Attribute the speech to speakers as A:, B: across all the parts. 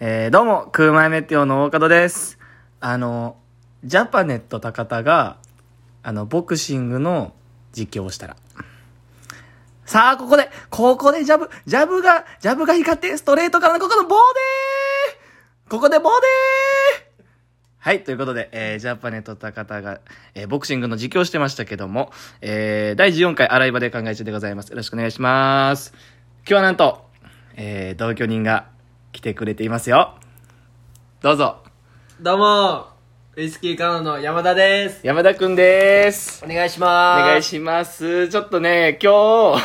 A: えーどうも、クーマイメテオの大方です。あの、ジャパネット高田が、あの、ボクシングの実況をしたら。さあ、ここで、ここでジャブ、ジャブが、ジャブが光って、ストレートからのここの棒でーここで棒でーはい、ということで、えージャパネット高田が、えーボクシングの実況をしてましたけども、えー第14回洗い場で考え中でございます。よろしくお願いします。今日はなんと、えー同居人が来てくれていますよ。どうぞ、
B: どうもウイスキーカノンの山田です
A: 山田くんです。
B: お願いし
A: お
B: ます
A: 願いします。ちょっとね、今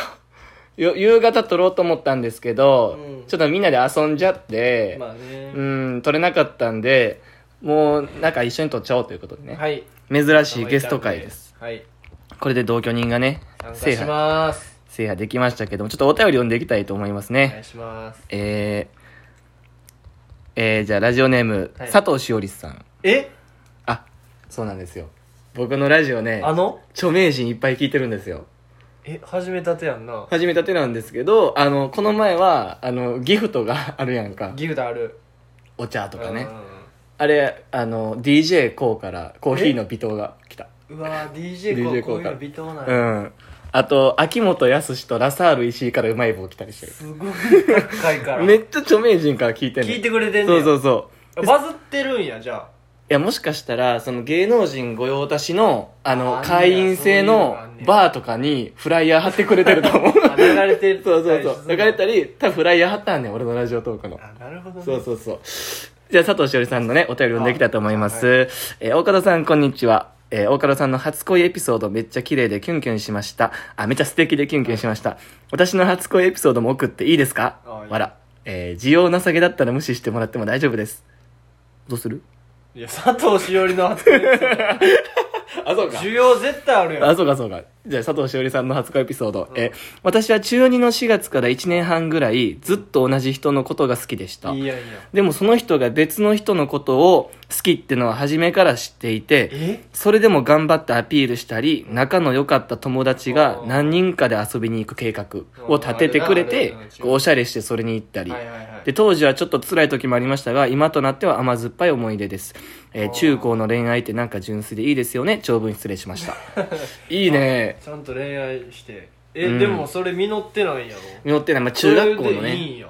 A: 日、よ夕方撮ろうと思ったんですけど、
B: うん
A: ちょっとみんなで遊んじゃって、
B: まあね、
A: うん、撮れなかったんで、もう、なんか一緒に撮っちゃおうということでね。
B: はい
A: 珍しいゲスト会です。
B: はい
A: これで同居人がね、
B: 参加
A: 制
B: し
A: 覇、
B: ます
A: 制覇できましたけども、ちょっとお便り読んでいきたいと思います
B: お願
A: ね。
B: いします
A: えー、えー、じゃあラジオネーム、
B: はい
A: 佐藤しおりさん。
B: え
A: あ、そうなんですよ。僕のラジオね、
B: あの
A: 著名人いっぱい聞いてるんですよ。
B: え始めたてやんな
A: 始めたてなんですけどあのこの前はあのギフトがあるやんか
B: ギフトある
A: お茶とかね
B: う
A: あれあの d j こうからコーヒーの微糖が来た
B: んうわ
A: DJ
B: DJ こうこういう
A: 効果
B: の微糖なん
A: う
B: や
A: んあと秋元康とラサール石井からうまい棒来たりしてる
B: すごい高いから
A: めっちゃ著名人から聞いてんの
B: 聞いてくれてん
A: そ
B: ね
A: うそううそう
B: バズってるんやじゃ
A: いやもしかしたらその芸能人御用達のあの
B: あんねや
A: 会員制の
B: そういうのあんねや
A: バーとかにフライヤー貼ってくれてると 思う
B: ああ流れて
A: そうそうそう流れた
B: り
A: り多分フライヤー貼ったんねん俺のラジオトークの
B: あなるほどね
A: そうそうそう。じゃあ、佐藤しおりさんのね、お便り読んでいきたいと思います。えー大方さん、こんにちは。えー大方さんの初恋エピソードめっちゃ綺麗でキュンキュンしました。あ、めっちゃ素敵でキュンキュンしました。私の初恋エピソードも送っていいですか
B: あいい
A: わら。えー、需要なさげだったら無視してもらっても大丈夫です。どうする
B: いや佐藤しおりの発言
A: あ、そう
B: 需要絶対あるやん
A: あ、そうかそうか。じゃあ、佐藤しおりさんの初恋エピソード。えー、私は中2の4月から1年半ぐらい、ずっと同じ人のことが好きでした。
B: いいやんいいやん
A: でもその人が別の人のことを好きってのは初めから知っていて、
B: え
A: それでも頑張ってアピールしたり、仲の良かった友達が何人かで遊びに行く計画を立ててくれて
B: うんあるなあるな、
A: こうおしゃれしてそれに行ったり。
B: はいはいはい
A: で、当時はちょっと辛い時もありましたが、今となっては甘酸っぱい思い出です。えー
B: おー
A: 中高の恋愛ってなんか純粋でいいですよね。長文失礼しました。 いいね。
B: ちゃんと恋愛してえ、
A: うん
B: でもそれ実ってないやろ
A: 実ってない。まあ、中学校の
B: それでい
A: ね。
B: いんや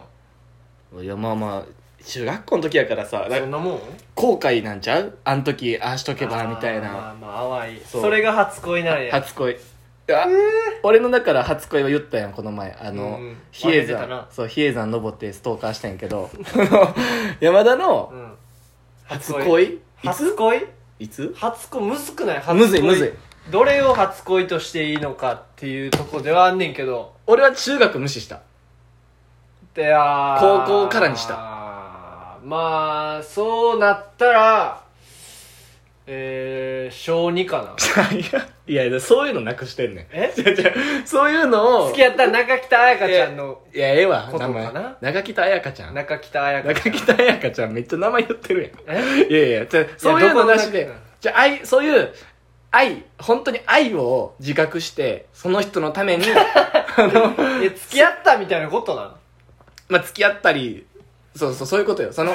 A: いや、まあまあ、中学校の時やからさ、
B: そんなもん
A: 後悔なんちゃうあん時ああしとけばみたい
B: ま
A: な
B: あまあ淡い
A: そう
B: それが初恋なんや
A: 初恋あ俺のだから初恋は言ったやんこの前あの、
B: うんうん
A: 比叡
B: 前出た
A: 山
B: な
A: そう比叡山登ってストーカーしたんやけど 山田の
B: うん
A: 初
B: 初
A: 恋
B: 恋
A: い
B: 初恋
A: ついつ
B: 初恋むずくない初恋
A: むずいむずい
B: どれを初恋としていいのかっていうとこではあんねんけど
A: 俺は中学無視 した
B: であ
A: 高校からにした
B: まあそうなったらえー、小2かない
A: やいやそういうのなくしてんねん
B: え
A: 違う違うそういうのを
B: 付き合った中北彩香ちゃんの
A: いやええわ
B: こと
A: 名
B: かな
A: 前中北彩香ちゃん
B: 中北彩香
A: 中北彩香ちゃんめっちゃ名前言ってるやん
B: え
A: いやいや、じゃあそういうのなし
B: ど
A: で
B: この中で、
A: じゃあ愛、そういう、愛、本当に愛を自覚して、その人のた めに、あの、
B: え付き合ったみたいなことなの
A: まあ、付き合ったり、そうそう、そういうことよ。その、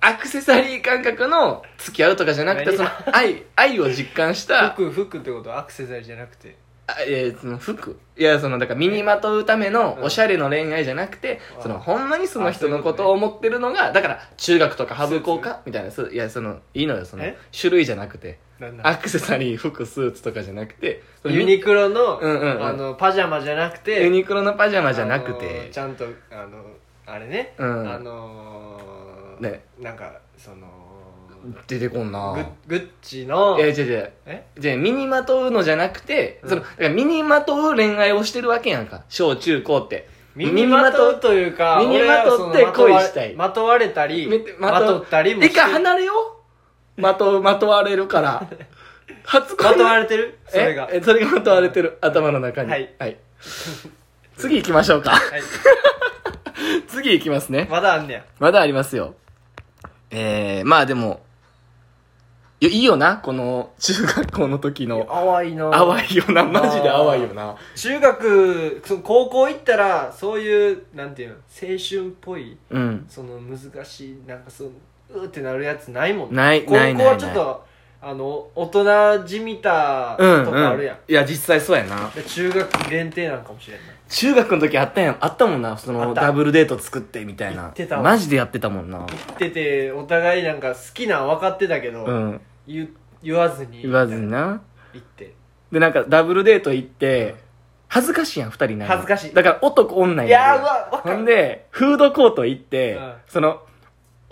A: アクセサリー感覚の付き合うとかじゃなくて、
B: 何
A: その、愛、愛を実感した、
B: 服服ってことアクセサリーじゃなくて
A: あいや、その服。いや、その、だから身にまとうためのおしゃれの恋愛じゃなくて、
B: うん
A: その、ほんまにその
B: あ
A: 人のこ
B: そう
A: とを
B: い
A: 思ってるのが、だから、中学とかハブ校
B: スー
A: かみたいな、そういや、その、いいのよ、その
B: え、
A: 種類じゃなくて。
B: なんだ
A: アクセサリー、服、スーツとかじゃなくて、
B: ユニクロの,、
A: うんうんうん
B: あのパジャマじゃなくて
A: ユニクロのパジャマじゃなく
B: あの
A: て
B: ち、ゃんとあのあれね、
A: うん
B: あのー、
A: ね
B: なんかその
A: 出てこんな
B: グッグッチの
A: いや、違う違う。
B: え
A: じゃあ身にまとうのじゃなくて、
B: うん
A: その、だから身にまとう恋愛をしてるわけやんか。小中高って。
B: 身にまとうというか
A: 身にまとって
B: 俺はその
A: 恋したい
B: まとわれまとわれたり
A: 身にまとう
B: まとったりも
A: 一回離れようまとう、まとわれるから。 初恋
B: ま
A: の。
B: とわれてるそ
A: え
B: れがは
A: えそれがまとわれてる。頭の中に。
B: はい。
A: 次行きましょうか。
B: い
A: 次行きますね。
B: まだあんねや
A: まだありますよ。えー、まあでも、いやいいよなこの中学校の時の
B: 淡いな
A: 淡いよなマジで淡いよな
B: 中学その高校行ったらそういうなんていうの青春っぽい
A: うん
B: その難しいなんかそううーってなるやつないもんね
A: ない
B: 高校
A: ないない
B: はちょっとあの大人じみた
A: うん
B: と
A: う
B: かあ
A: ん
B: るやん、
A: いや実際そうやな
B: で中学限定なんかもしれんない
A: 中学の時あったやんあったもんなそ
B: あ
A: の
B: った
A: ダブルデート作ってみたい
B: 言
A: な
B: ってたわ
A: マジでやってたもんな
B: 行っててお互いなんか好きなん分かってたけど、
A: うん
B: 言言わずに
A: 言わずにな
B: 行って
A: でなんかダブルデート行って恥ずかしいやん二人になるの
B: 恥ずかしい
A: だから男女
B: い
A: にな
B: や
A: る
B: ーうわ分か
A: ほ
B: る
A: んでフードコート行って、
B: うん
A: その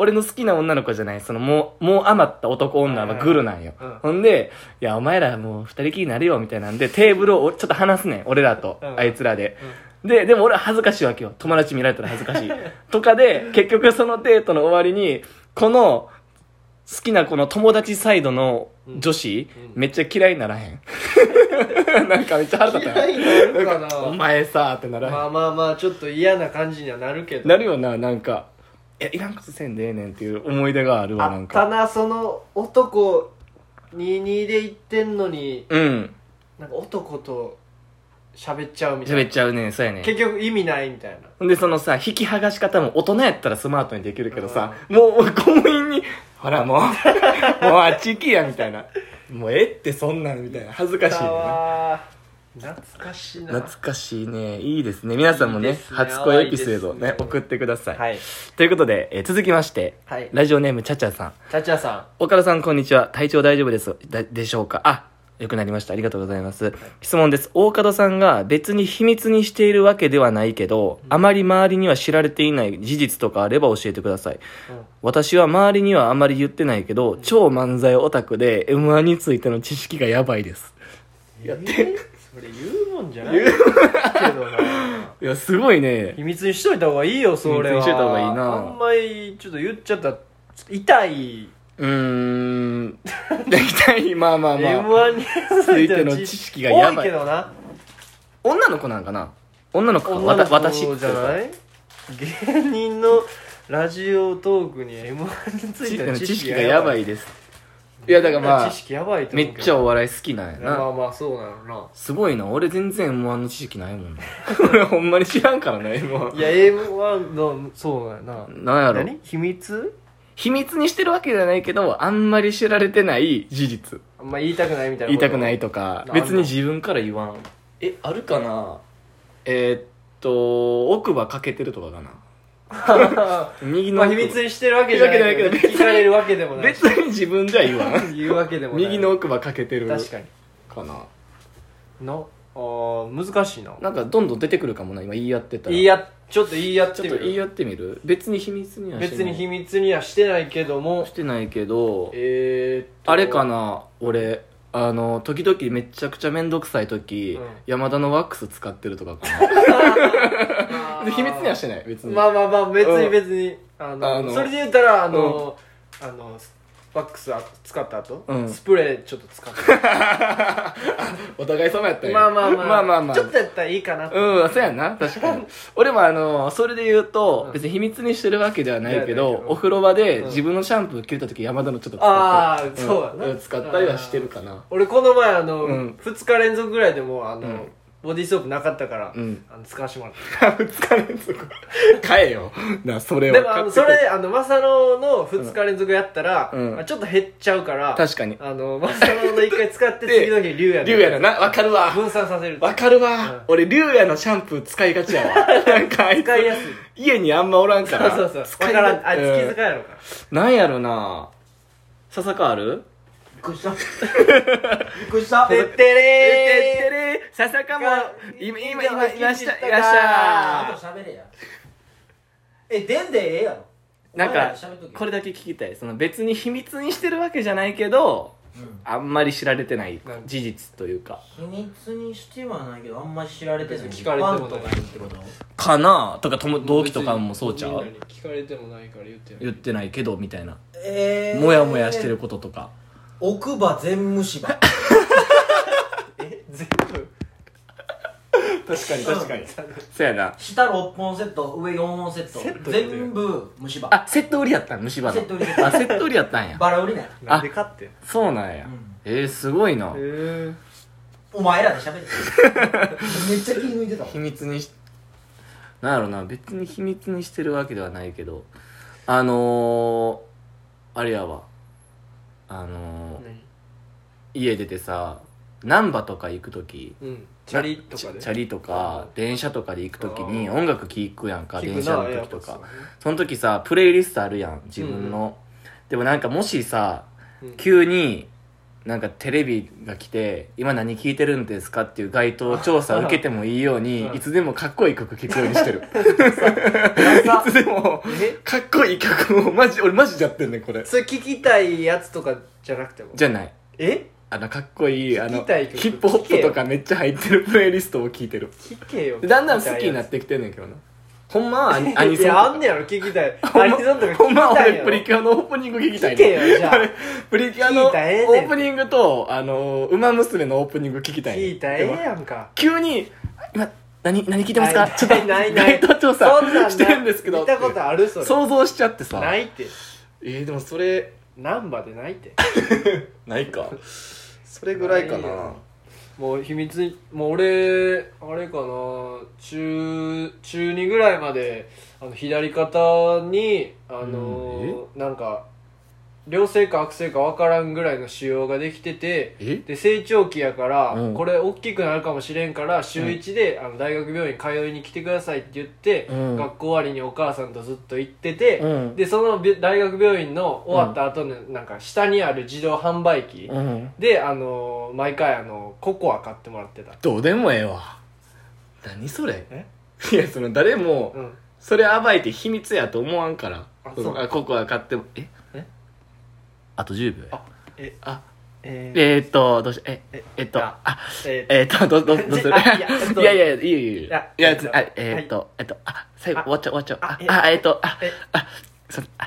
A: 俺の好きな女の子じゃないそのもうもう余った男女はグルなんよ、
B: うん
A: ほんで「いやお前らもう二人きりになるよ」みたいなんでテーブルをおちょっと離すねん俺らと、
B: うん
A: あいつらで、ででも俺は恥ずかしいわけよ友達見られたら恥ずかし いとかで結局そのデートの終わりにこの好きな子の友達サイドの女子、
B: うんうん
A: めっちゃ嫌いにならへ んなんかめっちゃ 腹立った
B: 嫌いになるか な
A: お前さーってならへん、
B: まあまあまあちょっと嫌な感じにはなるけど
A: なるよななんか「えいらんことせんでええねん」っていう思い出があるわな
B: あ
A: ん
B: った
A: か
B: なその男22で行ってんのに
A: うん
B: なんか男と喋っちゃうみたいな
A: 喋っちゃうねんそうやねん
B: 結局意味ないみたいな
A: ほんでそのさ引き剥がし方も大人やったらスマートにできるけどさ、もう強引に「ほらもう もうあっち行きや」みたいな「もうええってそんなん」みたいな恥ずかしいねんな
B: 懐かしいな
A: 懐かしいねいいですね皆さんもね
B: いいですね
A: 初恋エピソードをね
B: 淡いですね
A: 送ってください、
B: はい
A: ということで、えー続きまして、
B: はい
A: ラジオネームちゃちゃさん
B: チャチャさ
A: 岡田さんこんにちは体調大丈夫ですだでしょうかあよくなりましたありがとうございます、質問です大門さんが別に秘密にしているわけではないけど、あまり周りには知られていない事実とかあれば教えてください
B: ん、うん
A: 私は周りにはあまり言ってないけど、超漫才オタクで m 1についての知識がやばいです
B: やって、それ言うもんじゃないけどない
A: やすごいね
B: 秘密にしといた方がいいよそれは
A: 秘密にしといた方がいいな
B: あんまりちょっと言っちゃったらちょっと痛いう
A: ーん痛いまあまあ
B: m
A: まあ
B: 1に
A: ついての知識がやばい
B: 多いけどな
A: 女の子なんかな女の子か
B: 女の
A: わた私
B: 子じゃない芸人のラジオトークに m 1についての
A: 知
B: 知
A: 識
B: 識
A: が
B: が
A: や
B: や
A: ば
B: ばい
A: いですいやだからまあ
B: 知識やばいと
A: め
B: 思う
A: っ
B: け
A: ちゃ
B: ど
A: お笑い好きなんやな、
B: まあまあそうなの
A: すごいな俺全然 m 1の知識ないもんな 俺ほんまに知らんからな m
B: な
A: 1
B: いや m 1のそうやな
A: なんやろ
B: 何秘密
A: 秘密にしてるわけじゃないけどあんまり知られてない事実
B: あんま言いたくないみたいな
A: 言いたくないいとか
B: なんだ
A: 別に自分から言わんえあるかなえーっと奥歯かけてるとかかな右の
B: まあ
A: 奥歯
B: 秘密にしてるわけじゃない け
A: 言うわ
B: ど
A: けじゃないけど別に
B: 聞かれるわけでもないし
A: 別に自分じゃ言わん
B: 言うわけでもない
A: 右の奥歯かけてる
B: 確かに
A: かな
B: のあー難しいな
A: なんかどんどん出てくるかもな今言い合ってたら
B: 言いやちょっと言い合っ
A: ちょ
B: て
A: っ
B: み
A: と言い
B: る
A: 合ってみる別に秘密にはしてない
B: 別に秘密にはしてないけども
A: してないけど
B: えーっと
A: あれかな俺あの時々めちゃくちゃめんどくさい時、
B: うん
A: 山田のワックス使ってるとかか
B: あ
A: な
B: ー
A: 秘密にはしてない別に、
B: まあまあまあ別
A: う
B: に
A: ん
B: 別にあの
A: あの
B: それで言ったらあの、あのワックスあ使った後、
A: うん
B: スプレーちょっと使っ
A: お互い様やった
B: て
A: よ
B: まあまあまあ
A: まあまあまあ
B: ちょっとやったらいいかなと、
A: うんそうやな確 かに俺もあのそれで言うと、
B: うん
A: 別に秘密にしてるわけではないけ
B: い
A: ど
B: やいやいや
A: お風呂場で
B: うん
A: 自分のシャンプー切れた時山田のちょっと
B: あ
A: 使
B: ー
A: って
B: そうやなん
A: 使ったりはしてるかな
B: 俺この前あの、
A: うん
B: 2日連続ぐらいでもうあの、
A: ん
B: ボディーソープなかったから、
A: うん
B: あの使わせてもら っ
A: 2日連続買えよなそれ
B: た
A: を
B: でもあのそ
A: 買ってく
B: れあのマサロの2日連続やったら、
A: うん
B: まあちょっと減っちゃうから
A: 確かに
B: あのマサロの1回使って
A: で
B: 次の日龍や
A: 龍やろなわかるわ
B: 分散させる
A: わかるわ、
B: うん
A: 俺龍也のシャンプー使いがち やわなんかあいつ
B: 使いやすい
A: 家にあんまおらんか
B: そう
A: ら
B: そうそう
A: 使
B: 分
A: い
B: か
A: が
B: らんあ
A: う
B: 月
A: ん
B: 遣いやろうから
A: なんやろな笹川ある
B: びっくりし たびっくりしたてって
A: え
B: れー
A: れ笹川
B: が
A: 今
B: 近
A: 今
B: 所の
A: 今
B: 近所
A: いらっしゃ
B: 行った
A: いらっし
C: あ
A: ゃ
C: と喋れや。え、出んでええやろ。
A: いなん
C: お前ら
A: か
C: で喋っとけ
A: これだけ聞きたいその別に秘密にしてるわけじゃないけど
C: うん
A: あんまり知られてない
B: なん
A: 事実というか
C: 秘密にしてはないけど、あんまり知られてない。
B: 別に聞かれてもない
C: ファンとかにってこと
A: かなとかとも同期とかもそうちゃ
B: みんな
A: う
B: に聞かれてもないから言って
A: 言ってないけどみたいな
C: えー、
A: もやもやしてる。こととか
C: 奥歯全虫歯。
B: え全部
D: 確かに確か にそうやな
C: 下6本セット上4本セット
B: セットで
C: 全部虫歯
A: あセット売りやったん虫歯の
C: セット売り
A: あセット売りやったんや
C: バラ売りね
B: なんでかってへ
A: そうなんや、
C: うん
A: えー、すごいな
B: え
C: お前らで喋って めっちゃ気抜いてたもん
A: 秘密にしなんやろな別に秘密にしてるわけではないけどあのー、あれやわあのー、
B: 何
A: 家出てさ難波とか行く時
B: うんチャリとかで
A: チャリとか電車とかで行く時に
B: あー
A: 音楽聴くやんか
B: 聞くな
A: 電車の
B: や
A: 時
B: っ
A: と
B: ぱそう
A: かその時さプレイリストあるやん自分の、でもなんかもしさ急になんかテレビが来て「今何聴いてるんですか?」っていう街頭調査を受けてもいいように
B: うん
A: いつでもかっこいい曲聴くようにしてる
B: ダ
A: いつ
B: サ
A: でも
B: え
A: かっこいい曲をマジ俺マジでやってんねんこれ
B: それ聞きたいやつとかじゃなくても
A: じゃない
B: え
A: あのかっこいいあの
B: 聞きたい曲
A: ヒップホップとかめっちゃ入ってるプレイリストを聴いてる
B: 聞けよ
A: だんだん好きになっててきてんねんけどなほんまはアニアニソン
B: い
A: と
B: や
A: か
B: あんねやろ聞きたい
A: ほ
B: ア
A: んま
B: ニソンとか聞きたいよ
A: ほんまは俺プリキュアのオープニング聞きたい
B: 聞けよじゃあ
A: あれプリキュアの
B: 聞
A: オ
B: いたらええねん
A: ープニングと「あのウマ娘」のオープニング聞きたいねん
B: 聞いたらええやんか
A: 急に「今何何聞いてますか?」ちょっと
B: ないな
A: 街
B: い
A: 頭調査
B: そんなんな
A: してるんですけど
B: 見たことあるそれ
A: 想像しちゃってさ
B: ないって
A: えー、でもそれ
B: ナンバでないって
A: ないかそれぐらいかな
B: ないよもう秘密にもう俺あれかな中中2ぐらいまであの左肩にあの、なんか良性か悪性か分からんぐらいの腫瘍ができてて
A: え
B: で成長期やから、
A: うん
B: これ大きくなるかもしれんから週1で、あの大学病院通いに来てくださいって言って、
A: うん
B: 学校終わりにお母さんとずっと行ってて、
A: うん
B: でそのび大学病院の終わった後の、なんか下にある自動販売機、
A: うん
B: であのー毎回あのココア買ってもらってた
A: どうでもええわ何それ
B: え
A: いやその誰も
B: うん
A: それ暴いて秘密やと思わんから
B: あ
A: その
B: そう
A: あココア買ってもえ
B: え
A: あと10秒や
B: あえ
A: あ
B: えー、
A: えー、っとどうしええ
B: え
A: えっと
B: あ
A: あ
B: えー
A: えー、っとどど どうする
B: あいやえっ と
A: いやいやいやいいよいいよい
B: いや
A: や
B: え
A: い
B: っと
A: やあえー、っとえっとあ最後
B: あ
A: 終わっちゃう終わっちゃうあ
B: え
A: あえー、っとあ
B: え
A: あそのあ